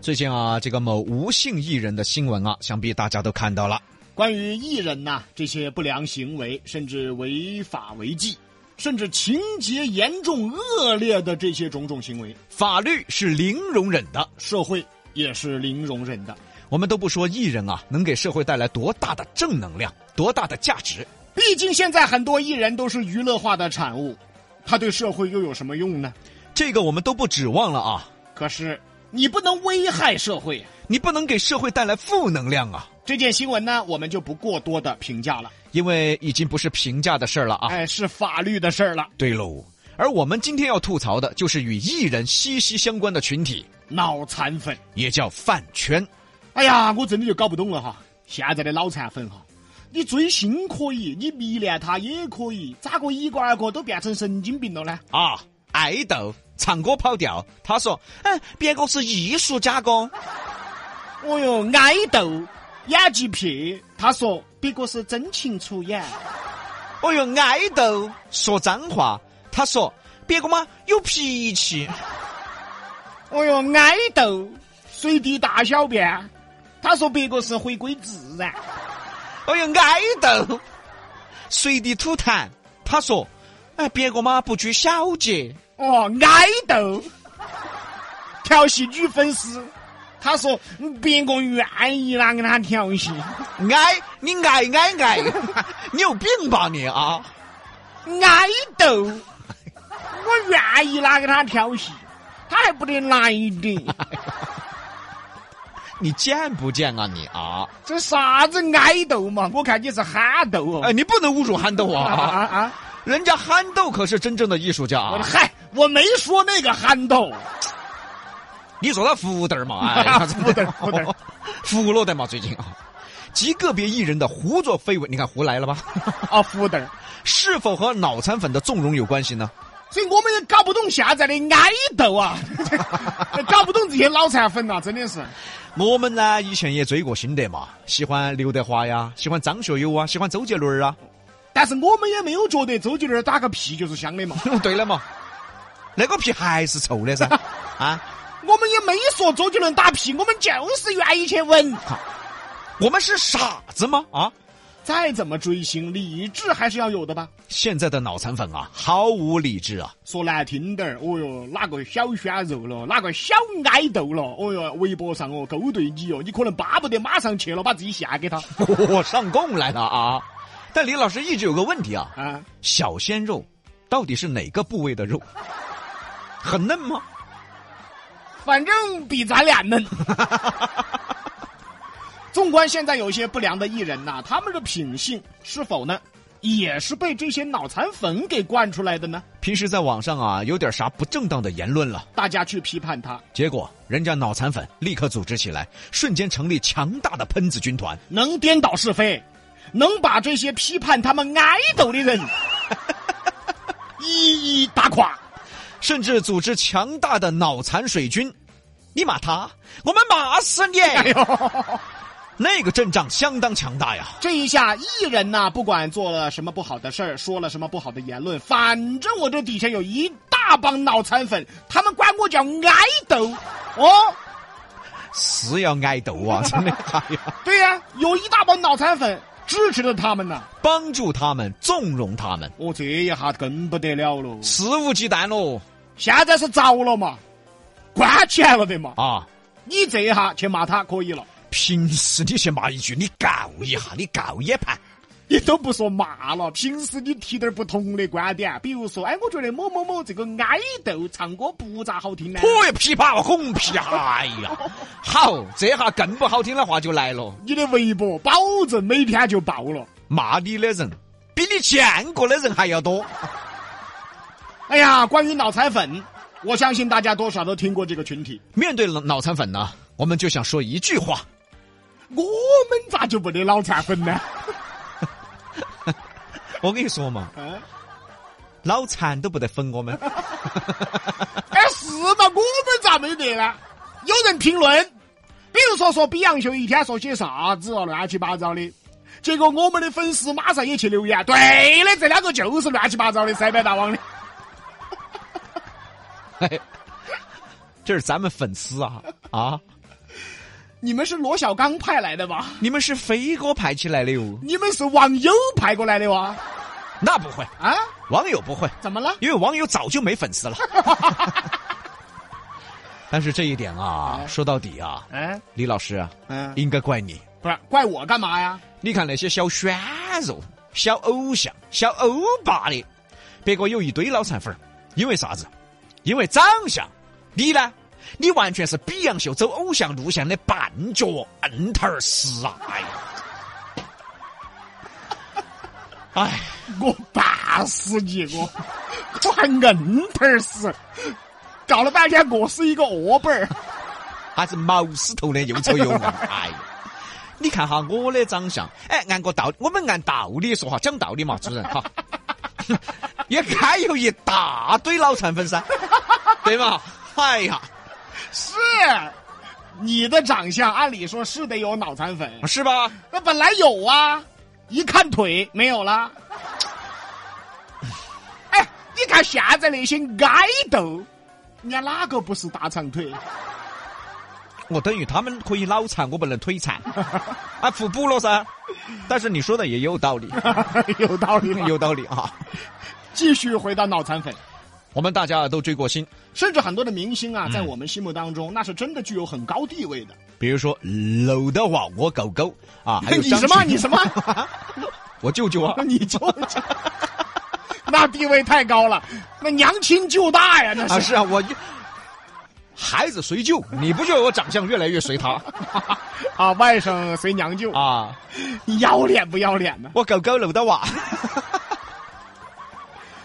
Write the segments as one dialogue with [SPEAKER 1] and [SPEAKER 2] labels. [SPEAKER 1] 最近啊，这个某吴姓艺人的新闻啊，想必大家都看到了。
[SPEAKER 2] 关于艺人呐、这些不良行为，甚至违法违纪，甚至情节严重恶劣的这些种种行为，
[SPEAKER 1] 法律是零容忍的，
[SPEAKER 2] 社会也是零容忍的。
[SPEAKER 1] 我们都不说艺人啊能给社会带来多大的正能量，多大的价值。
[SPEAKER 2] 毕竟现在很多艺人都是娱乐化的产物，他对社会又有什么用呢？
[SPEAKER 1] 这个我们都不指望了啊！
[SPEAKER 2] 可是你不能危害社会啊。
[SPEAKER 1] 你不能给社会带来负能量啊，
[SPEAKER 2] 这件新闻呢，我们就不过多的评价了，
[SPEAKER 1] 因为已经不是评价的事儿了啊。
[SPEAKER 2] 哎，是法律的事儿了，
[SPEAKER 1] 对喽，而我们今天要吐槽的就是与艺人息息相关的群体，
[SPEAKER 2] 脑残粉。
[SPEAKER 1] 也叫饭圈。
[SPEAKER 2] 哎呀，我真的就搞不懂了哈！现在的脑残粉哈，你追星可以，你迷恋他也可以，咋个一个二个都变成神经病了呢？
[SPEAKER 1] 啊，爱豆唱歌跑调，他说：“嗯，别个是艺术家哥。
[SPEAKER 2] 哦哟，爱豆演技撇，他说别个是真情出演，”
[SPEAKER 1] 哦哟，爱豆说脏话，他说：“别个嘛有脾气。
[SPEAKER 2] 哦哟，爱豆随地大小便，他说别个是回归自然，”
[SPEAKER 1] 哦哟，爱豆随地吐痰，他说：“哎，别个嘛不拘小节。
[SPEAKER 2] 哦，爱豆调戏女粉丝，他说别个愿意啦跟他调戏，”
[SPEAKER 1] 爱你爱爱 爱，你有病吧你啊！
[SPEAKER 2] 爱豆，我愿意啦跟他调戏，他还不得来 的。
[SPEAKER 1] 你贱不贱啊你啊！
[SPEAKER 2] 这啥子挨斗嘛？我看你是憨豆哦。
[SPEAKER 1] 哎，你不能侮辱憨豆
[SPEAKER 2] 啊啊
[SPEAKER 1] 啊！
[SPEAKER 2] 啊！
[SPEAKER 1] 人家憨豆可是真正的艺术家
[SPEAKER 2] 我 的
[SPEAKER 1] 啊！
[SPEAKER 2] 嗨，我没说那个憨豆，
[SPEAKER 1] 你说他 服务的嘛？哎，
[SPEAKER 2] 服的服的，
[SPEAKER 1] 服了的嘛？最近啊，极个别艺人的胡作非为，你看胡来了吧？
[SPEAKER 2] 啊，福豆。
[SPEAKER 1] 是否和脑残粉的纵容有关系呢？
[SPEAKER 2] 所以我们也搞不懂现在的挨斗 啊，搞不懂这些脑残粉呐、真的是。
[SPEAKER 1] 我们呢，以前也追过星的嘛，喜欢刘德华呀，喜欢张学友啊，喜欢周杰伦啊。
[SPEAKER 2] 但是我们也没有觉得周杰伦打个屁就是香的嘛，
[SPEAKER 1] 哦对了嘛，那个皮还是臭的噻！啊，
[SPEAKER 2] 我们也没说周杰伦打屁，我们就是愿意去闻。
[SPEAKER 1] 我们是傻子吗？啊！
[SPEAKER 2] 再怎么追星，理智还是要有的吧。
[SPEAKER 1] 现在的脑残粉啊，毫无理智啊！
[SPEAKER 2] 说难听点儿，哦哟，哪个小鲜肉了，哪个小矮豆了，哦哟，微博上哦勾兑你哦，你可能巴不得马上去了，把自己献给他
[SPEAKER 1] 我上供来了啊！但李老师一直有个问题啊，
[SPEAKER 2] 啊！
[SPEAKER 1] 小鲜肉到底是哪个部位的肉？很嫩吗？
[SPEAKER 2] 反正比咱俩嫩。 纵观现在有些不良的艺人呐、他们的品性是否呢，也是被这些脑残粉给惯出来的呢？
[SPEAKER 1] 平时在网上啊，有点啥不正当的言论了，
[SPEAKER 2] 大家去批判他，
[SPEAKER 1] 结果人家脑残粉立刻组织起来，瞬间成立强大的喷子军团。
[SPEAKER 2] 能颠倒是非，能把这些批判他们挨斗的人 一一打垮。
[SPEAKER 1] 甚至组织强大的脑残水军。你骂他，我们骂死你！那个阵仗相当强大呀。
[SPEAKER 2] 这一下，艺人呐、不管做了什么不好的事儿，说了什么不好的言论，反正我这底下有一大帮脑残粉，他们管我叫挨斗。哦，
[SPEAKER 1] 是要挨斗啊，真的！哎呀，
[SPEAKER 2] 对呀、有一大帮脑残粉支持着他们呢。
[SPEAKER 1] 帮助他们，纵容他们，
[SPEAKER 2] 哦，这一下更不得了了，
[SPEAKER 1] 肆无忌惮喽
[SPEAKER 2] 现在是遭了嘛，关起来了的嘛。
[SPEAKER 1] 啊！
[SPEAKER 2] 你这一下去骂他可以了，
[SPEAKER 1] 平时你去骂一句，你告一下，你告一盘，
[SPEAKER 2] 你都不说骂了，平时你提点儿不同的观点，比如说，哎，我觉得某某某这个挨斗唱歌不咋好听呢。
[SPEAKER 1] 我一噼啪轰噼啪，哎呀，好，这下更不好听的话就来了，
[SPEAKER 2] 你的微博保证每天就爆了。
[SPEAKER 1] 骂你的人比你见过的人还要多。
[SPEAKER 2] 哎呀，关于脑残粉，我相信大家多少都听过这个群体。
[SPEAKER 1] 面对脑脑残粉呢，我们就想说一句话：
[SPEAKER 2] 我们咋就不得脑残粉呢？
[SPEAKER 1] 我跟你说嘛，
[SPEAKER 2] 嗯，
[SPEAKER 1] 脑残都不得粉我们。
[SPEAKER 2] 哎，是嘛，我们咋没得呢？有人评论，比如说说比洋秀一天说些啥子哦，乱七八糟的。结果我们的粉丝马上也去留言，对的，这两个就是乱七八糟的塞班大王的。
[SPEAKER 1] 这是咱们粉丝啊啊！
[SPEAKER 2] 你们是罗小刚派来的吧？
[SPEAKER 1] 你们是飞哥派起来的哟？
[SPEAKER 2] 你们是网友派过来的哇？
[SPEAKER 1] 那不会，
[SPEAKER 2] 啊？
[SPEAKER 1] 网友不会，
[SPEAKER 2] 怎么了？
[SPEAKER 1] 因为网友早就没粉丝了。但是这一点啊，说到底啊，
[SPEAKER 2] 哎，
[SPEAKER 1] 李老师啊，
[SPEAKER 2] 嗯，
[SPEAKER 1] 应该怪你。
[SPEAKER 2] 不是怪我干嘛呀？
[SPEAKER 1] 你看那些小鲜肉、小偶像、小欧巴的，别个有一堆脑残粉儿，因为啥子？因为长相。你呢？你完全是比洋秀走偶像路线的绊脚摁头儿石啊！哎呀，哎，
[SPEAKER 2] 我打死你！我我还硬头儿死，搞了半天我是一个鹅本儿。
[SPEAKER 1] 还是毛丝头的，又丑又硬。哎呀，你看哈我的长相，哎，按个道理，我们按道理说哈，讲道理嘛，主任哈， 也该有一大堆脑残粉噻， 对嘛？哎呀，
[SPEAKER 2] 是，你的长相按理说是得有脑残粉，
[SPEAKER 1] 是吧？
[SPEAKER 2] 那本来有啊，一看腿没有了。哎，你看现在那些爱豆，人家哪个不是大长腿？
[SPEAKER 1] 我等于他们可以脑残，我不能腿残， 啊，互补了噻。但是你说的也有道理，
[SPEAKER 2] 有道理吧。
[SPEAKER 1] 有道理啊。
[SPEAKER 2] 继续回到脑残粉，
[SPEAKER 1] 我们大家都追过星，
[SPEAKER 2] 甚至很多的明星啊，
[SPEAKER 1] 嗯
[SPEAKER 2] 在我们心目当中，那是真的具有很高地位的。
[SPEAKER 1] 比如说搂得娃我狗狗啊，还有
[SPEAKER 2] 你什么？
[SPEAKER 1] 张学
[SPEAKER 2] 你
[SPEAKER 1] 友
[SPEAKER 2] 什么？
[SPEAKER 1] 我舅 舅啊，
[SPEAKER 2] 你舅舅，那地位太高了，那娘亲舅 大呀，那
[SPEAKER 1] 啊，
[SPEAKER 2] 是。
[SPEAKER 1] 是啊，我就孩子随舅，你不觉得我长相越来越随 他
[SPEAKER 2] 啊，外甥随娘舅，
[SPEAKER 1] 啊？
[SPEAKER 2] 你要脸不要脸呢？
[SPEAKER 1] 我狗狗搂的娃，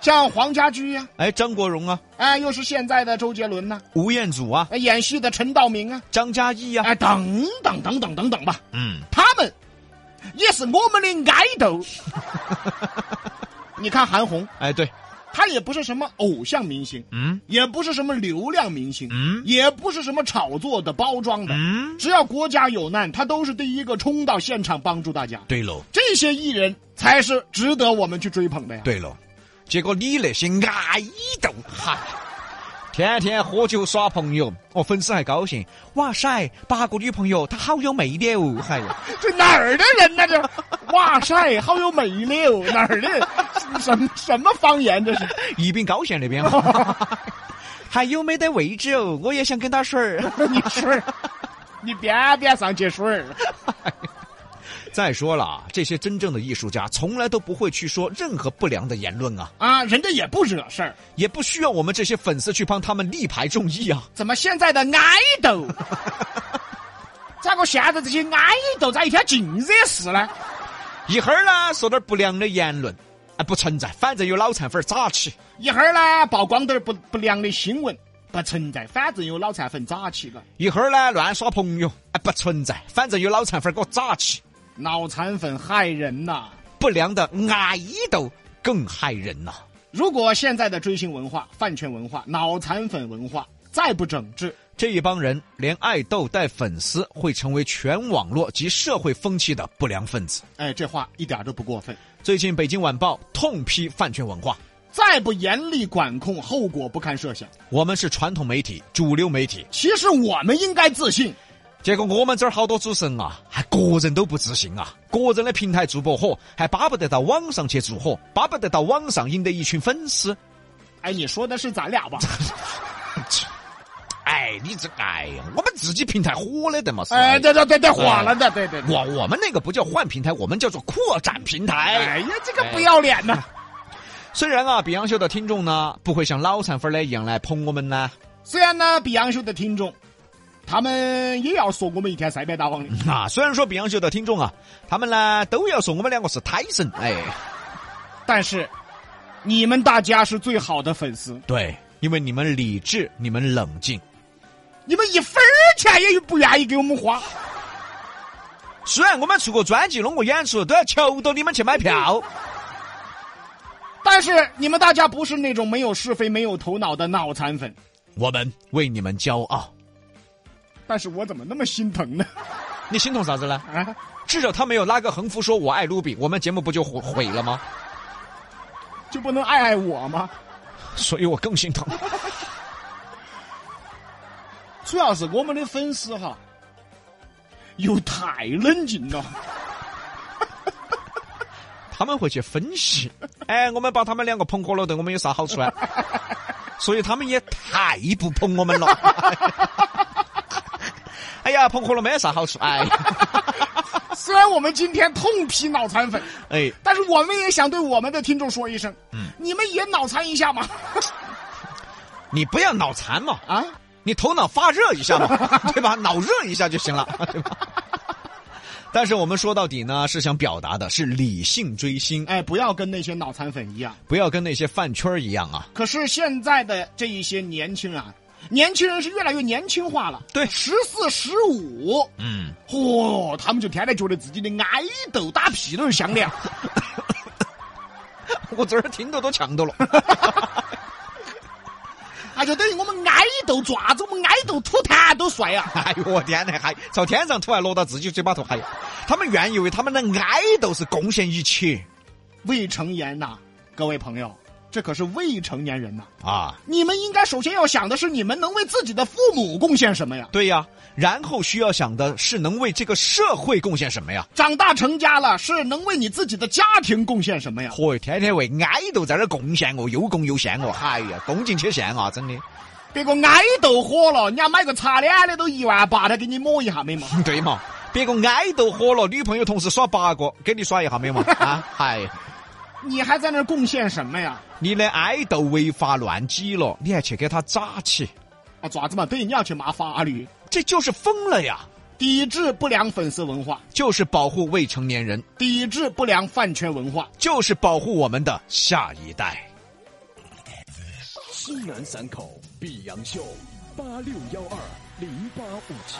[SPEAKER 2] 像黄家驹呀、
[SPEAKER 1] 哎，张国荣啊，
[SPEAKER 2] 哎、又是现在的周杰伦呐、
[SPEAKER 1] 吴彦祖啊，
[SPEAKER 2] 哎演戏的陈道明啊，
[SPEAKER 1] 张嘉译
[SPEAKER 2] 哎、
[SPEAKER 1] 啊，
[SPEAKER 2] 等等等等等等吧，
[SPEAKER 1] 嗯，
[SPEAKER 2] 他们也是我们的爱豆。你看韩红，
[SPEAKER 1] 嗯 哎，对，
[SPEAKER 2] 她也不是什么偶像明星，
[SPEAKER 1] 嗯
[SPEAKER 2] 也不是什么流量明星，
[SPEAKER 1] 嗯
[SPEAKER 2] 也不是什么炒作的、包装的，
[SPEAKER 1] 嗯，
[SPEAKER 2] 只要国家有难，她都是第一个冲到现场帮助大家。
[SPEAKER 1] 对喽，
[SPEAKER 2] 这些艺人才是值得我们去追捧的呀。
[SPEAKER 1] 对喽，结果你那些爱豆，嗨。天天喝酒耍朋友，哦，粉丝还高兴。哇塞，八个女朋友，他好有魅力哦！哎呀，
[SPEAKER 2] 这哪儿的人呢？这，哇塞，好有魅力哦！哪儿的？什么什么方言这是？
[SPEAKER 1] 宜宾高县那边 啊，还有没得位置哦？我也想跟他水儿。
[SPEAKER 2] 你水儿，你边边上去水儿。
[SPEAKER 1] 再说了啊，这些真正的艺术家从来都不会去说任何不良的言论啊，
[SPEAKER 2] 啊，人家也不惹事儿，
[SPEAKER 1] 也不需要我们这些粉丝去帮他们力排众议啊。
[SPEAKER 2] 怎么现在的爱豆？咋个现在这些爱豆咋一天尽惹事呢？
[SPEAKER 1] 一会儿呢，说点不良的言论，哎，不存在，反正有脑残粉儿扎起。
[SPEAKER 2] 一会儿呢，曝光点儿不不良的新闻，不存在，反正有脑残粉扎起个。
[SPEAKER 1] 一会儿呢，乱耍朋友，哎，不存在，反正有脑残粉儿给我扎起。
[SPEAKER 2] 脑残粉害人呐、
[SPEAKER 1] 不良的爱豆更害人呐、
[SPEAKER 2] 如果现在的追星文化、饭圈文化、脑残粉文化再不整治，
[SPEAKER 1] 这一帮人连爱豆带粉丝，会成为全网络及社会风气的不良分子。
[SPEAKER 2] 哎，这话一点都不过分。
[SPEAKER 1] 最近，《北京晚报》痛批饭圈文化。
[SPEAKER 2] 再不严厉管控，后果不堪设想。
[SPEAKER 1] 我们是传统媒体、主流媒体，
[SPEAKER 2] 其实我们应该自信，
[SPEAKER 1] 结果我们这儿好多主持人啊，还个人都不自信啊，个人的平台做不火，还巴不得到网上去做火，巴不得到网上赢得一群粉丝。
[SPEAKER 2] 哎，你说的是咱俩吧？
[SPEAKER 1] 哎，你这哎呀，我们自己平台火了的嘛是？
[SPEAKER 2] 哎，对对对对，火了的，对对对。
[SPEAKER 1] 我我们那个不叫换平台，我们叫做扩展平台。
[SPEAKER 2] 哎呀，这个不要脸呐！
[SPEAKER 1] 虽然啊，比洋秀的听众呢不会像脑残粉儿的一样来捧我们 呢，
[SPEAKER 2] 虽然呢，比洋秀的听众，他们也要说我们一天塞班大王 的，
[SPEAKER 1] 啊，虽然说比洋秀的听众啊，他们呢都要说我们两个是胎神，哎，
[SPEAKER 2] 但是你们大家是最好的粉丝，
[SPEAKER 1] 对，因为你们理智，你们冷静。
[SPEAKER 2] 你们一分儿钱也不愿意给我们花。
[SPEAKER 1] 虽然我们出过专辑、弄过演出，都要求着你们去买票。
[SPEAKER 2] 但是你们大家不是那种没有是非、没有头脑的脑残粉。
[SPEAKER 1] 我们为你们骄傲。
[SPEAKER 2] 但是我怎么那么心疼呢？
[SPEAKER 1] 你心痛啥子呢？
[SPEAKER 2] 啊，
[SPEAKER 1] 至少他没有拉个横幅说“我爱卢比”，我们节目不就毁毁了吗？
[SPEAKER 2] 就不能爱爱我吗？
[SPEAKER 1] 所以我更心疼。
[SPEAKER 2] 主要是我们的粉丝哈，又太冷静了。
[SPEAKER 1] 他们会去分析，哎，我们把他们两个捧火了，对我们有啥好处啊？所以他们也太不捧我们了。哎呀，捧火了没啥好处，哎，
[SPEAKER 2] 虽然我们今天痛批脑残粉，
[SPEAKER 1] 哎，
[SPEAKER 2] 但是我们也想对我们的听众说一声，你们也脑残一下嘛。
[SPEAKER 1] 你不要脑残嘛，
[SPEAKER 2] 啊，
[SPEAKER 1] 你头脑发热一下嘛，对吧？脑热一下就行了，对吧？但是我们说到底呢，是想表达的是理性追星，
[SPEAKER 2] 哎，不要跟那些脑残粉一样。
[SPEAKER 1] 不要跟那些饭圈儿一样啊。
[SPEAKER 2] 可是现在的这一些年轻人啊，年轻人是越来越年轻化了。
[SPEAKER 1] 对
[SPEAKER 2] 十四、十五，
[SPEAKER 1] 嗯，
[SPEAKER 2] 嚯，他们就天天觉得自己的挨斗打屁都是 响亮。
[SPEAKER 1] 我这儿听到都呛到了。
[SPEAKER 2] 啊，就等于我们挨斗爪子，我们挨斗吐痰都帅啊！
[SPEAKER 1] 哎呦我天呐，还朝天上吐，还落到自己嘴巴头，还、他们原以为他们的爱豆是贡献一切
[SPEAKER 2] 未成年呐、各位朋友，这可是未成年人呐、
[SPEAKER 1] 啊，
[SPEAKER 2] 你们应该首先要想的是，你们能为自己的父母贡献什么呀？
[SPEAKER 1] 对呀，然后需要想的是能为这个社会贡献什么呀？
[SPEAKER 2] 长大成家了，是能为你自己的家庭贡献什么呀？
[SPEAKER 1] 嚯，天天为爱豆在那儿贡献哦，又贡又献哦，哎呀，贡尽且献啊，真的，
[SPEAKER 2] 别个挨斗火了，人家买个擦脸的都一万八，他给你抹一下没嘛？
[SPEAKER 1] 对嘛？别个爱豆火了，女朋友同时耍八个，给你耍一下没嘛？啊，嗨，
[SPEAKER 2] 你还在那儿贡献什么呀？
[SPEAKER 1] 你的爱豆违法乱纪了，你还去给他扎起，
[SPEAKER 2] 啊，爪子嘛，等于你要去骂法律，
[SPEAKER 1] 这就是疯了呀！
[SPEAKER 2] 抵制不良粉丝文化，
[SPEAKER 1] 就是保护未成年人。
[SPEAKER 2] 抵制不良饭圈文化。
[SPEAKER 1] 就是保护我们的下一代。
[SPEAKER 3] 西南三口碧阳秀，八六幺二零八五七。